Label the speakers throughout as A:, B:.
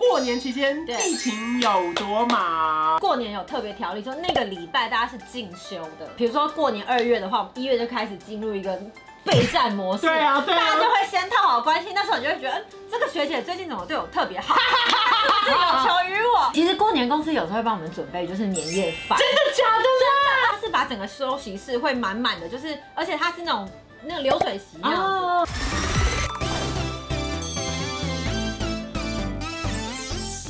A: 过年期间
B: 对
A: 疫情有多 忙？
B: 过年有特别条例，说那个礼拜大家是进修的。比如说过年二月的话，我们一月就开始进入一个备战模式，
A: 对啊对啊
B: 大家就会先套好关系。那时候你就会觉得，嗯，这个学姐最近怎么对我 特别好，是不是有求于我。其实过年公司有时候会帮我们准备就是年夜饭，
A: 真的假的啦？
B: 它是把整个休息室会满满的，就是而且它是那种那个流水席 那样子。
A: 哦。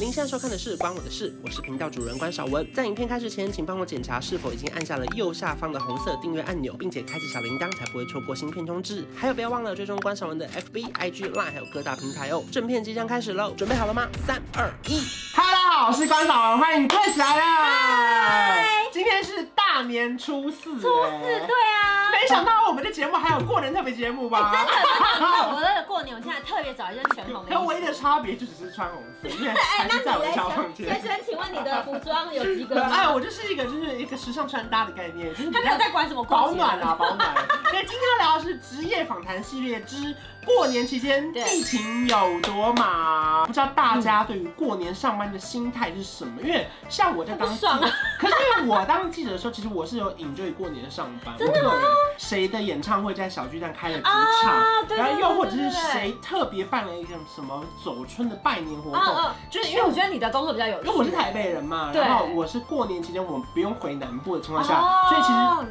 A: 您现在收看的是《关我的事》，我是频道主人关少文。在影片开始前，请帮我检查是否已经按下了右下方的红色订阅按钮，并且开启小铃铛，才不会错过新片通知。还有，不要忘了追踪关少文的 FB、IG、Line，还有各大平台哦。正片即将开始喽，准备好了吗？三、二、一，Hello，大家 好，我是关少文，欢迎 Grace 来啦！今天是大年初四，初
B: 初四，对啊，
A: 没想到我们的节目还有过年特别节目吧？
B: 真的真的真的，我为了过年，我现在特别找一件全红哎的衣
A: 可
B: 服
A: 唯一。的差别就只是穿红 色，因为
B: 哎，
A: 还
B: 那
A: 是在
B: 你
A: 我
B: 嘞
A: 的小房间。
B: 先生，请问你的服装有及格
A: 可
B: 吗？
A: 爱，我就是一个就是一个时尚穿搭的概念，就是比
B: 他没
A: 较
B: 有在管什么
A: 保暖啊，保暖。对，今天要聊的是职业访谈系列之过年期间
B: 对嗯
A: 疫情有多忙。不知道大家对于过年上班的心态是什么？因为像我在当
B: 很
A: 记
B: 不爽啊
A: 者，可是因为我当记者的时候，其实我是有 enjoy 过年的上班。
B: 真
A: 我
B: 的
A: 个人谁的演唱会在小巨蛋开了几
B: 啊
A: 场，
B: 对对
A: 然后又
B: 对
A: 或者
B: 对
A: 是
B: 对对
A: 谁特别办了一个什么走春的拜年活动，
B: 嗯，
A: 就是因为
B: 因为
A: 我
B: 我觉得你的工作比较有趣，
A: 因为我是台北人嘛，
B: 对
A: 然后我是过年期间我不用回南部的情况下，
B: 哦
A: 所以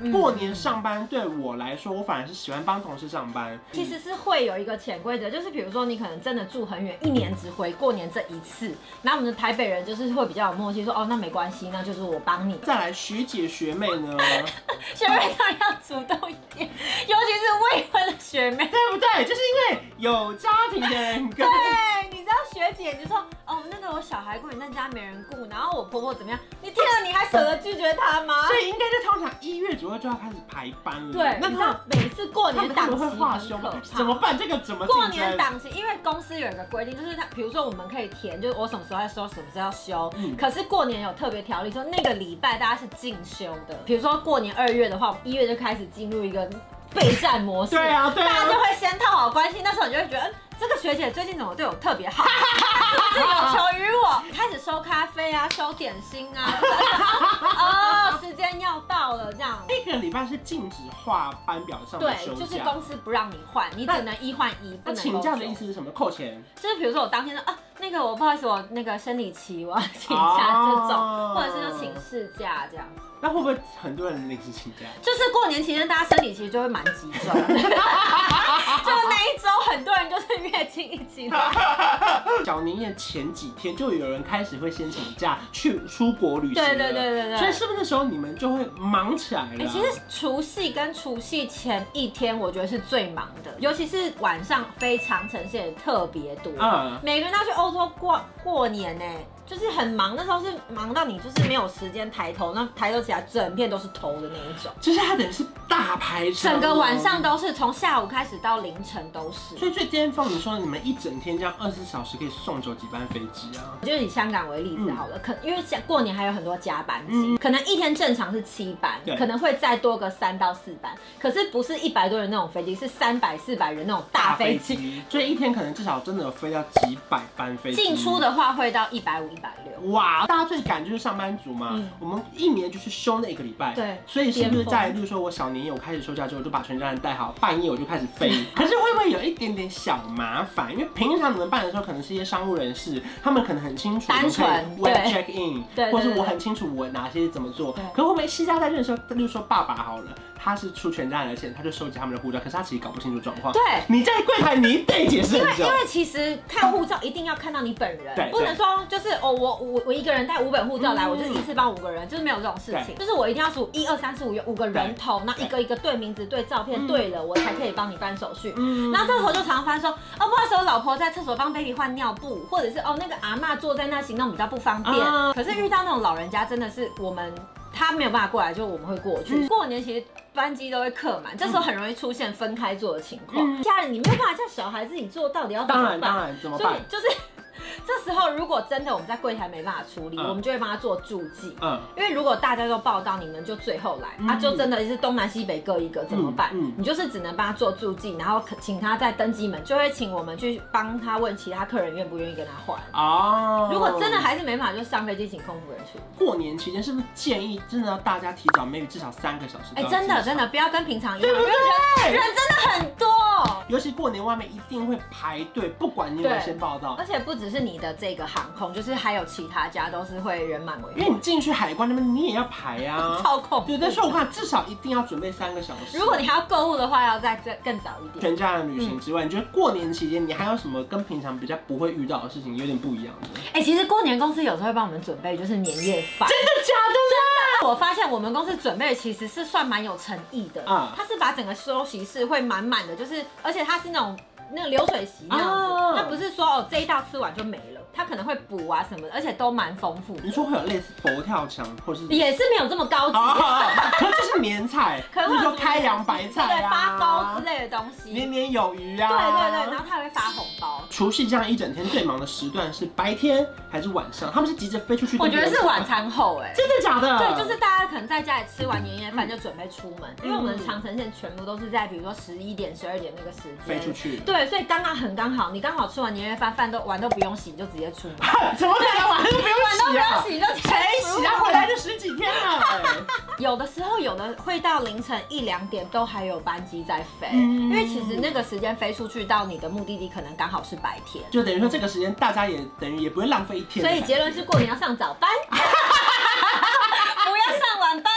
A: 其实过年上班对我来说，我反而是喜欢帮同事上班。嗯
B: 其实是会有一个潜规则，就是比如说你可能真的住很远，一年只回过年这一次，然后我们的台北人就是会比较有默契，说哦那没关系，那就是我 帮你。
A: 再来学姐学妹 呢，
B: 学妹当然要主动一点，尤其是未婚的学妹。
A: 对不对？就是因为有家庭的人跟
B: 对，啊你知道学姐就说哦那个我小孩过年在家没人顾，然后我婆婆怎么样？你听了你还舍得拒绝她吗？
A: 所以应该在通常一月左右就要开始排班了。
B: 对，
A: 嗯那
B: 你知
A: 他们
B: 道每次过
A: 他
B: 年
A: 们他
B: 档
A: 们
B: 期
A: 会
B: 很
A: 化胸
B: 可
A: 吗，
B: 怕。
A: 怎么办？这个怎么
B: 过
A: 竞争
B: 年？档期，因为公司有一个规定，就是它，比如说我们可以填，就是我什么时候要休，什么时候要休。
A: 嗯
B: 可是过年有特别条例，说那个礼拜大家是进休的。比如说过年二月的话，我们一月就开始进入一个备战模式，
A: 对啊对啊
B: 大家就会先套好关系。那时候你就会觉得，嗯，这个学姐最近怎么对我特别好，是不是有求于我？开始收咖啡啊，收点心啊， 哦，时间要到了这样。
A: 那个礼拜是禁止画班表上的
B: 对
A: 休，
B: 就是
A: 假。
B: 公司不让你换，你只能一换一，不
A: 那
B: 能
A: 请
B: 够
A: 假的
B: 休
A: 意思是什么？扣钱？
B: 就是比如说我当天说啊，那个我不好意思，我那个生理期我要请假这种，
A: 哦
B: 或者是就请事假这样。
A: 那会不会很多人临时请假？
B: 就是过年期间大家生理期就会蛮 集中，就那一周很多人就是月经一 起
A: 啊
B: 来。欸
A: 小年夜前几天就有人开始会先请假去出国旅行了，
B: 对对对对对
A: 所以是不是那时候你们就会忙起来了？
B: 哎、其实除夕跟除夕前一天，我觉得是最忙的，尤其是晚上飞长城线也特别多。
A: 嗯，
B: 每个人都要去欧洲过过年呢、就是很忙。那时候是忙到你就是没有时间抬头，那抬头起来整片都是头的那一种。
A: 就是它等于是大排长
B: 整
A: 龙
B: 个晚上。都是，从下午开始到凌晨都是。
A: 所以最巅峰，你说你们一整天这样二十四小时可以送走几班飞机啊？
B: 我就以香港为例子好了，可因为像过年还有很多加班机，
A: 嗯
B: 可能一天正常是七班
A: 对，
B: 可能会再多个三到四班，可是不是一百多人那种飞机，是三百四百人那种大飞机。
A: 机，所以一天可能至少真的有飞到几百班飞机。
B: 进出的话会到一百五、一百六。
A: 哇，大家最赶就是上班族嘛，
B: 嗯
A: 我们一年就是休那一个礼拜，
B: 对
A: 所以是不是
B: 巅峰
A: 在，例如说我小年夜我开始休假之后，我就把全家人带好，半夜我就开始 飞，可是会不会有一点点小麻烦？因为平常你们办的时候，可能是一些商务人士，他们可能很清楚，
B: 单纯
A: 我可以 web
B: 对
A: check in，
B: 对对
A: 或是
B: 对对
A: 我很清楚我哪些怎么做
B: 对，
A: 可会不会西家在认的时候，例如说爸爸好了，他是出全家人的钱，他就收集他们的护照，可是他其实搞不清楚状况，
B: 对，
A: 你在柜台你得解释
B: 因为
A: 很久
B: 因。为其实看护照一定要看到你本
A: 对
B: 人，不能说就是哦我我我一个人带五本护照来，
A: 嗯
B: 我就是一次帮五个人，就是没有这种事情。就是我一定要数一二三四五有五个人头，那一个一个对名字对照片
A: 嗯
B: 对了，我才可以帮你办手续。
A: 嗯
B: 然后这时候就常翻说，哦，不好意思，我老婆在厕所帮 baby 换尿布，或者是哦，那个阿嬷坐在那行动比较不方便。
A: 啊
B: 可是遇到那种老人家，真的是我们他没有办法过来，就我们会过去。
A: 嗯
B: 过年其实班机都会客满，这时候很容易出现分开坐的情况。
A: 嗯
B: 家人你没有办法叫小孩自己坐，到底要怎
A: 当
B: 么
A: 然当
B: 办？
A: 然，怎么
B: 所
A: 办
B: 以？就是 这时候如果真的我们在柜台没办法处理，
A: 嗯
B: 我们就会帮他做注记。
A: 嗯，
B: 因为如果大家都报到，你们就最后来，啊，就真的是东南西北各一个，怎么办？
A: 嗯嗯
B: 你就是只能帮他做注记，然后可请他在登机门，就会请我们去帮他问其他客人愿不愿意跟他换。
A: 哦，
B: 如果真的还是没办法，就上飞机请空服人去。
A: 过年期间，是不是建议真的要大家提早 maybe 至少三个小时？
B: 哎、真的真的，不要跟平常一样，
A: 对不对
B: 因为人人真的很多。
A: 尤其过年外面一定会排队，不管你有没有
B: 对
A: 先报到
B: 而，且不只是你的这个航空，就是还有其他家都是会人满为
A: 因为
B: 患，
A: 你进去海关那边你也要排 啊。
B: 操控。
A: 对，但是我看至少一定要准备三个小时。
B: 如果你还要购物的话，要再更更早一点。
A: 全家人旅行之外，你觉得过年期间你还有什么跟平常比较不会遇到的事情有点不一样 的？
B: 哎、其实过年公司有时候会帮我们准备就是年夜饭。
A: 的假的
B: 我发现我们公司准备的其实是算蛮有诚意的，
A: 啊
B: 它是把整个休息室会满满的，就是而且它是那种那个流水席那样
A: 哦
B: 子，它不是说哦这一道吃完就没了，它可能会补啊什么的，而且都蛮丰富的
A: 你，说会有类似佛跳 墙或是？
B: 也是没有这么高级啊
A: 好，好好可是就是年菜，
B: 可能
A: 啊你
B: 会有
A: 说开洋白菜
B: 对
A: 啊，
B: 发包之类的东西，
A: 年年有余啊。
B: 对对对，然后他还会发红包。
A: 除夕这样一整天最忙的时段是白天还是晚上？他们是急着飞出去？
B: 我觉得是晚，餐后哎、
A: 真的假的？
B: 对，就是大家可能在家里吃完年夜饭就准备出门，
A: 嗯
B: 因为我们长城线全部都是在比如说十一点、十二点那个时间
A: 飞出。去。
B: 对，所以刚刚很刚好，你刚好吃完年夜饭，饭都碗都不用洗，你就直接出门，
A: 怎么可能晚上不用
B: 都不
A: 洗
B: 用
A: 啊？
B: 洗就直接
A: 谁
B: 出
A: 洗啊？
B: 门
A: 回来就十几天了、 哎
B: 有的时候有的会到凌晨一两点都还有班机在飞，
A: 嗯
B: 因为其实那个时间飞出去到你的目的地可能刚好是白天，
A: 就等于说这个时间大家也等于也不会浪费一天的感
B: 所
A: 觉。
B: 以结论是过年要上早 班，不要上晚班，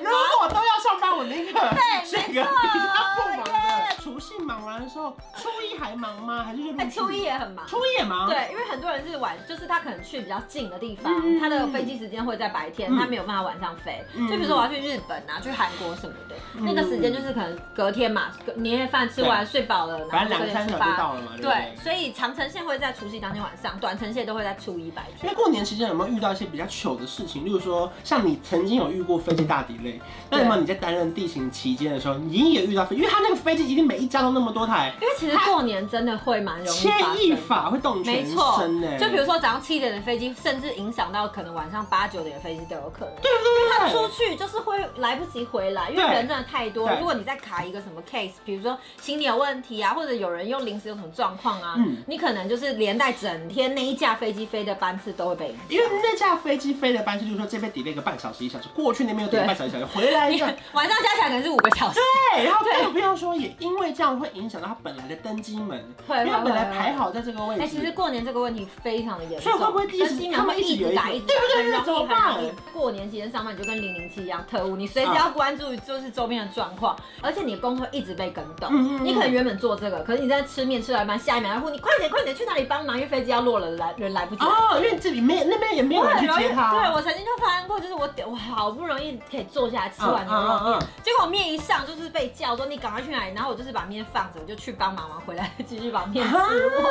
A: 如果都要上班，我宁可
B: 对啊
A: 选个比较不忙的。除夕忙完的时候，初一还忙吗？还是就陆
B: 哎，
A: 续
B: 初一也很忙。
A: 初一也忙。，
B: 对，因为很多人是晚，就是他可能去比较近的地方，
A: 嗯
B: 他的飞机时间会在白天，
A: 嗯
B: 他没有办法晚上飞。
A: 嗯
B: 就比如说我要去日本啊，去韩国什么的，那个时间就是可能隔天嘛，隔年夜饭吃完睡饱了，
A: 反正
B: 隔
A: 两
B: 天
A: 三
B: 出
A: 小时就
B: 发。
A: 到了嘛，对不
B: 对
A: 对，？
B: 所以长城线会在除夕当天晚上，短程线都会在初一白
A: 因
B: 天。
A: 为过年期间有没有遇到一些比较糗的事情？例如说，像你曾经有遇过飞机大 delay，那有没有你在担任地勤期间的时候，你也遇到飞？因为它那个飞机一定每一家都那么多台，
B: 因为其实过年真的会蛮容易
A: 牵
B: 发
A: 一
B: 生。
A: 发会动
B: 没
A: 全
B: 错
A: 身欸呢。，
B: 就比如说早上七点的飞机，甚至影响到可能晚上八九点的飞机都有可能。
A: 对不对？
B: 出去就是会来不及回来，因为
A: 对
B: 人真的太多
A: 对。
B: 如果你再卡一个什么 case，比如说行李有问题啊，或者有人又临时有什么状况啊，
A: 嗯
B: 你可能就是连带整天那一架飞机飞的班次都会被影响。
A: 因为那架飞机飞的班次，就是说这边 delay 个半小时一小时，过去那边又 delay 半小时一小时，回来一
B: 你
A: 个
B: 晚上加起来可能是五个小时，
A: 对，然后更不用说，也因为这样会影响到他本来的登机门，因
B: 会
A: 为他本来
B: 会会
A: 排好在这个位
B: 哎、
A: 置。
B: 其实过年这个问题非常的严
A: 所
B: 重，
A: 以会不会一直
B: 跟今年
A: 他们
B: 会
A: 一直
B: 一
A: 有一
B: 直打
A: 个
B: 一直
A: 对不对
B: 打很
A: 怎么
B: 容易很容易
A: 办啊
B: 过年期间上班你就跟零零七一样特务，你随时要关注就是周边的状况，而且你的工作一直被跟动。
A: 嗯嗯嗯
B: 你可能原本做这个，可是你在吃面吃到一半，下一秒然后你快点快点去哪里帮忙，因为飞机要落了，来人来不及。
A: 哦，因为这里没那边也没有
B: 我
A: 人
B: 很
A: 去
B: 容易，
A: 接啊他。
B: 对我曾经就发生过，就是我点我好不容易可以坐下来吃
A: 嗯，
B: 完牛肉面，
A: 嗯嗯
B: 结果我面一上就是被叫说你赶快去哪里，然后我就是把面放着，我就去帮忙，完回来 继续把面
A: 嗯
B: 吃完。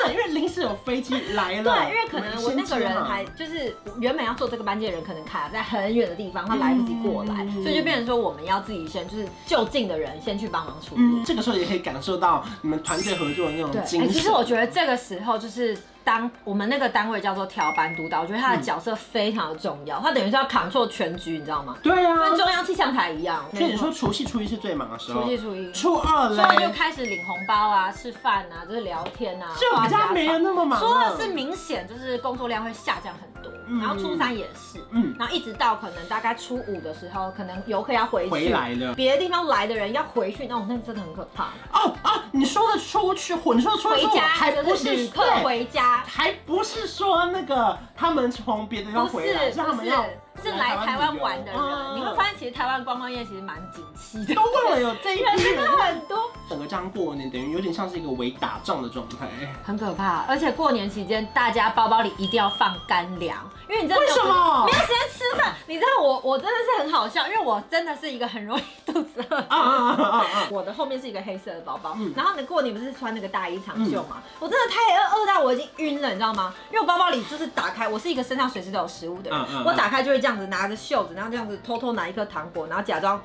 A: 啊，因为临时有飞机来了，
B: 对，因为可能我那
A: 们先接
B: 个人
A: 嘛
B: 还就是原本要做这个班级的人，可能卡在很远的地方，他来不及过来，
A: 嗯
B: 所以就变成说我们要自己先就是就近的人先去帮忙处理。
A: 嗯，这个时候也可以感受到你们团队合作的那种
B: 对，
A: 精
B: 哎
A: 神。
B: 其实我觉得这个时候就是当我们那个单位叫做调班督导，我觉得他的
A: 嗯
B: 角色非常的重要，他等于是要扛错全局，你知道吗？
A: 对啊，
B: 跟中央气象台一样。
A: 所以你说除夕初一是最忙的时候
B: 初，一初一，
A: 初二
B: 初二就
A: 嘞
B: 开始领红包啊、吃饭啊、就是聊天啊，
A: 就比较没有那么忙啊
B: 初
A: 了。
B: 二是明显就是工作量会下降很多，
A: 嗯
B: 然后初三也是，
A: 嗯
B: 然后一直到可能大概初五的时候，可能游客要回去，
A: 回来了
B: 别的地方来的人要回去，那种那真的很可怕。
A: 哦啊，你说的出去，你说的出
B: 回
A: 去，还
B: 家
A: 不
B: 就是
A: 是
B: 旅客
A: 对
B: 回家，
A: 还不是说那个他们从别的地方
B: 不
A: 回
B: 是
A: 来，
B: 不
A: 他们要
B: 是是来台湾玩的人，
A: 嗯
B: 你会发现其实台湾观光业其实蛮景气的
A: 都，忘了有这一
B: 人
A: 批
B: 真
A: 人
B: 的，很多。
A: 整个这样过年等于有点像是一个伪打仗的状态。
B: 很可怕，而且过年期间，大家包包里一定要放干粮，因为你真的没有
A: 为什么
B: 没有时间吃饭？你知道我，我真的是很好笑，因为我真的是一个很容易肚子饿。
A: 啊啊啊啊啊！
B: 我的后面是一个黑色的包包，
A: 嗯
B: 然后呢，过年不是穿那个大衣长袖嘛，我真的太饿饿到我已经晕了，你知道吗？因为我包包里就是打开，我是一个身上随时都有食物的人，
A: 嗯嗯嗯
B: 我打开就会这样子拿着袖子，然后这样子偷偷拿一颗糖果，然后 假装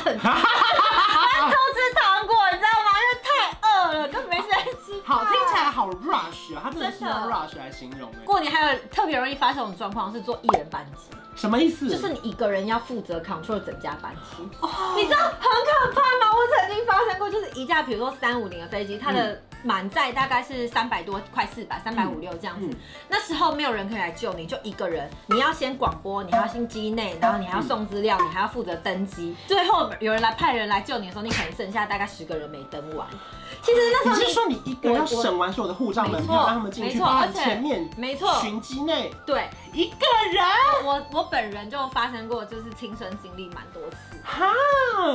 B: 偷吃糖果，你知道吗？因为太饿了，根本没时间吃饭。
A: 好，听起来好 rush 啊，他真的是
B: 真的
A: 用 rush 来形容哎、
B: 过年还有特别容易发生这种状况，是做一人班级，
A: 什么意思？
B: 就是你一个人要负责 control 整架班机，
A: 哦
B: 你知道很可怕吗？我曾经发生过，就是一架比如说三五零的飞机，它
A: 嗯
B: 的满载大概是三百多，快四百，三百五六这样子。
A: 嗯
B: 那时候没有人可以来救你，就一个人，你要先广播，你还要先机内，
A: 嗯
B: 然后你还要送资料，你还要负责登机。最后有人来派人来救你的时候，你可能剩下大概十个人没登完。其实那时
A: 你
B: 候
A: 是
B: 你
A: 说你一个人要审完所有的护照门
B: 没
A: 票，
B: 错
A: 让他们进去，
B: 没错
A: 包含
B: 而且
A: 前面
B: 没错
A: 巡机内
B: 对
A: 一个人
B: 我我本人就发生过，就是亲身经历蛮多次。
A: 哈，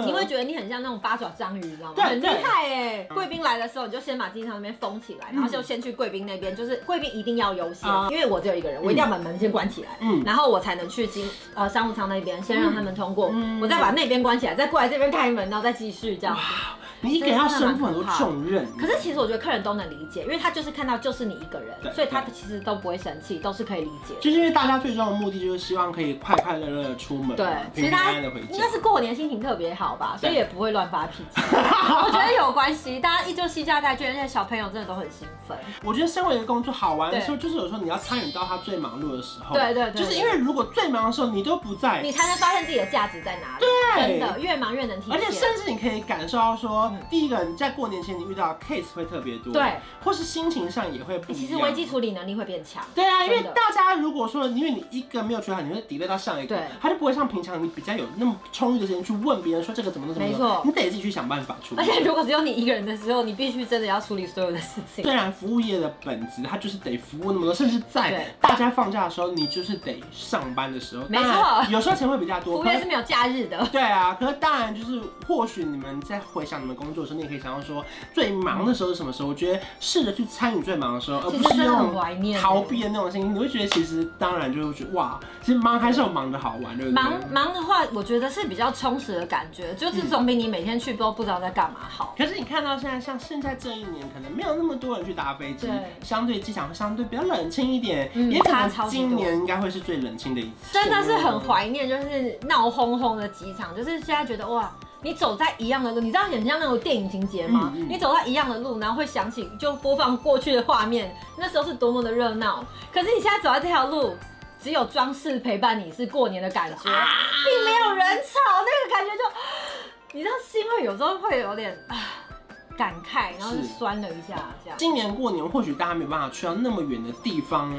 B: 你会觉得你很像那种八爪章鱼，你知道吗？
A: 对
B: 很厉
A: 对嗯
B: 害哎！贵宾来的时候，你就先把机场那边封起来，然后就先去贵宾那边，就是贵宾一定要优先
A: 啊，
B: 因为我只有一个人，我一定要把门先关起来，
A: 嗯
B: 然后我才能去经呃商务舱那边，先让他们通过
A: 嗯，
B: 我再把那边关起来，再过来这边开门，然后再继续这样子。
A: 你一个人要身负很多重任，
B: 可是其实我觉得客人都能理解，因为他就是看到就是你一个人
A: 对，
B: 所以他
A: 对
B: 其实都不会生气，都是可以理解的。
A: 就是因为大家最终的目的就是希望可以快快乐乐的出门，
B: 对，其
A: 平
B: 实
A: 平
B: 大
A: 安
B: 家
A: 安的回
B: 应
A: 家
B: 该。是过年心情特别好吧，所以
A: 对
B: 也不会乱发脾 气。我觉得有关系，大家依旧西家带眷，而且小朋友真的都很兴奋。
A: 我觉得身为一个工作好玩的
B: 对
A: 时候，就是有时候你要参与到他最忙碌的时候，
B: 对对对，
A: 就是因为如果最忙的时候你都不在，
B: 你才能发现自己的价值在哪里。
A: 对
B: 真的越忙越能体
A: 而且
B: 现。
A: 甚至你可以感受到说，第一个你在过年前你遇到的 case 会特别多，
B: 嗯对，
A: 或是心情上也会不一样。
B: 其实危机处理能力会变强。
A: 对啊，因为
B: 真的
A: 大家如果说因为你一个没有处理好，你会 delay 到上一个
B: 对，
A: 他就不会像平常你比较有那么充裕的时间去问别人说这个怎么弄怎么弄，
B: 没错
A: 你得自己去想办法处理
B: 而。且如果只有你一个人的时候，你必须真的要处理所有的事情
A: 虽。然服务业的本质，它就是得服务那么多，甚至在
B: 对
A: 大家放假的时候，你就是得上班的时候。
B: 没错
A: 当然有时候钱会比较
B: 服
A: 多。
B: 务
A: 可
B: 业
A: 是
B: 是没有假日的。
A: 对啊，可是当然就是，或许你们在回想你们工作的时候，你也可以想到说，最忙的时候是什么时候？我觉得试着去参与最忙的时候，而
B: 其
A: 不是
B: 实真的很
A: 用
B: 怀念。
A: 逃避的那种心情。你会觉得其实当然就会觉得哇，其实忙还是有忙的好玩，对不对？
B: 忙忙的话，我觉得是比较充实的感觉， 就是总比你每天去都不知道在干嘛好。
A: 可是你看到现在，像现在这一年，可能没有那么多人去搭飞机
B: 对，
A: 相对机场会相对比较冷清一点，
B: 嗯
A: 也可
B: 差
A: 能
B: 超级多
A: 今年应该会是最冷清的一次，
B: 真的是很。怀念，就是闹哄哄的机场，就是现在觉得哇，你走在一样的路，你知道很像那种电影情节吗？
A: 嗯嗯
B: 你走在一样的路，然后会想起就播放过去的画面，那时候是多么的热闹。可是你现在走在这条路。只有装饰陪伴你是过年的感觉，
A: 啊
B: 并没有人吵，那个感觉就，你知道心会有时候会有点 啊感慨，然后就是酸了一下这样。
A: 今年过年或许大家没办法去到那么远的地方，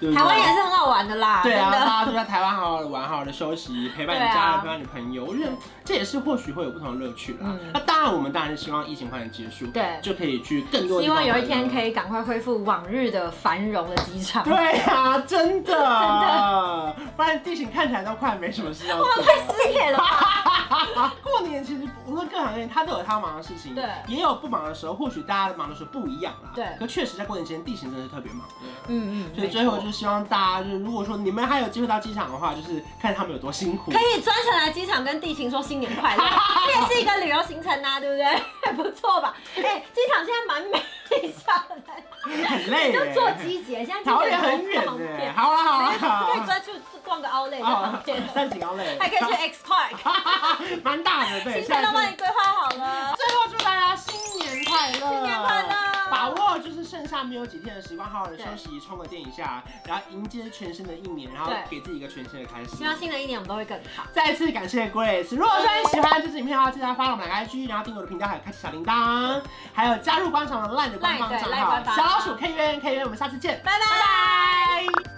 A: 对不对？
B: 台湾也是很好玩的啦，
A: 对啊，
B: 真的
A: 大家都在台湾好好的玩，好好的休息，陪伴你
B: 对啊
A: 家人，陪伴你朋友，我觉得这也是或许会有不同的乐趣啦
B: 嗯。
A: 那当然，我们当然是希望疫情快点结束，
B: 对
A: 就可以去更多。
B: 希望有一天可
A: 以。
B: 以赶快恢复往日的繁荣的机场。
A: 对啊，真的，
B: 的
A: 不然地形看起来都快没什么事要做了。
B: 失业了吧？
A: 过年其实无论各行各业，他都有他忙的事情，
B: 对
A: 也有不忙的时候。或许大家忙的时候不一样啦，
B: 对
A: 可确实在过年前地形真的是特别忙，对。
B: 嗯嗯，
A: 所以最后就是希望大家，就是如果说你们还有机会到机场的话，就是看他们有多辛苦
B: 可。以专程来机场跟地勤说新年 快乐，这也是一个旅游行程啊，对不对？ 不错吧？哎、机场现在蛮美的，
A: 很累
B: 就
A: 耶，
B: 坐机捷，现在
A: 桃园
B: 机捷
A: 很远
B: 旁
A: 呢。
B: 边，
A: 好啊啦好啦
B: 可以
A: 好啦，
B: 专注逛个 Outlet 在
A: 啊
B: 旁 边，，
A: 三井要累，
B: 还可以去 X Park，
A: 去， 蛮大的对。
B: 行
A: 现在
B: 程都帮
A: 是
B: 你规划好了。
A: 最后祝大家新年快乐！
B: 新年快乐
A: 把握就是剩下没有几天的时光，好好的休息，充个电一下，然后迎接全新的一年，然后
B: 对
A: 给自己一个全新的开始
B: 希。望新的一年我们都会更好。
A: 再次感谢 Grace。如果说你喜欢这支影片的话，记得发我们的 IG，然后订阅我的频道，还有开启小铃铛，还有加入官场的 LINE 的官方
B: LINE 对
A: 账
B: LINE
A: 号
B: 官方
A: 小老鼠 K 约 K 约，我们下次见，
B: 拜拜。
A: 拜。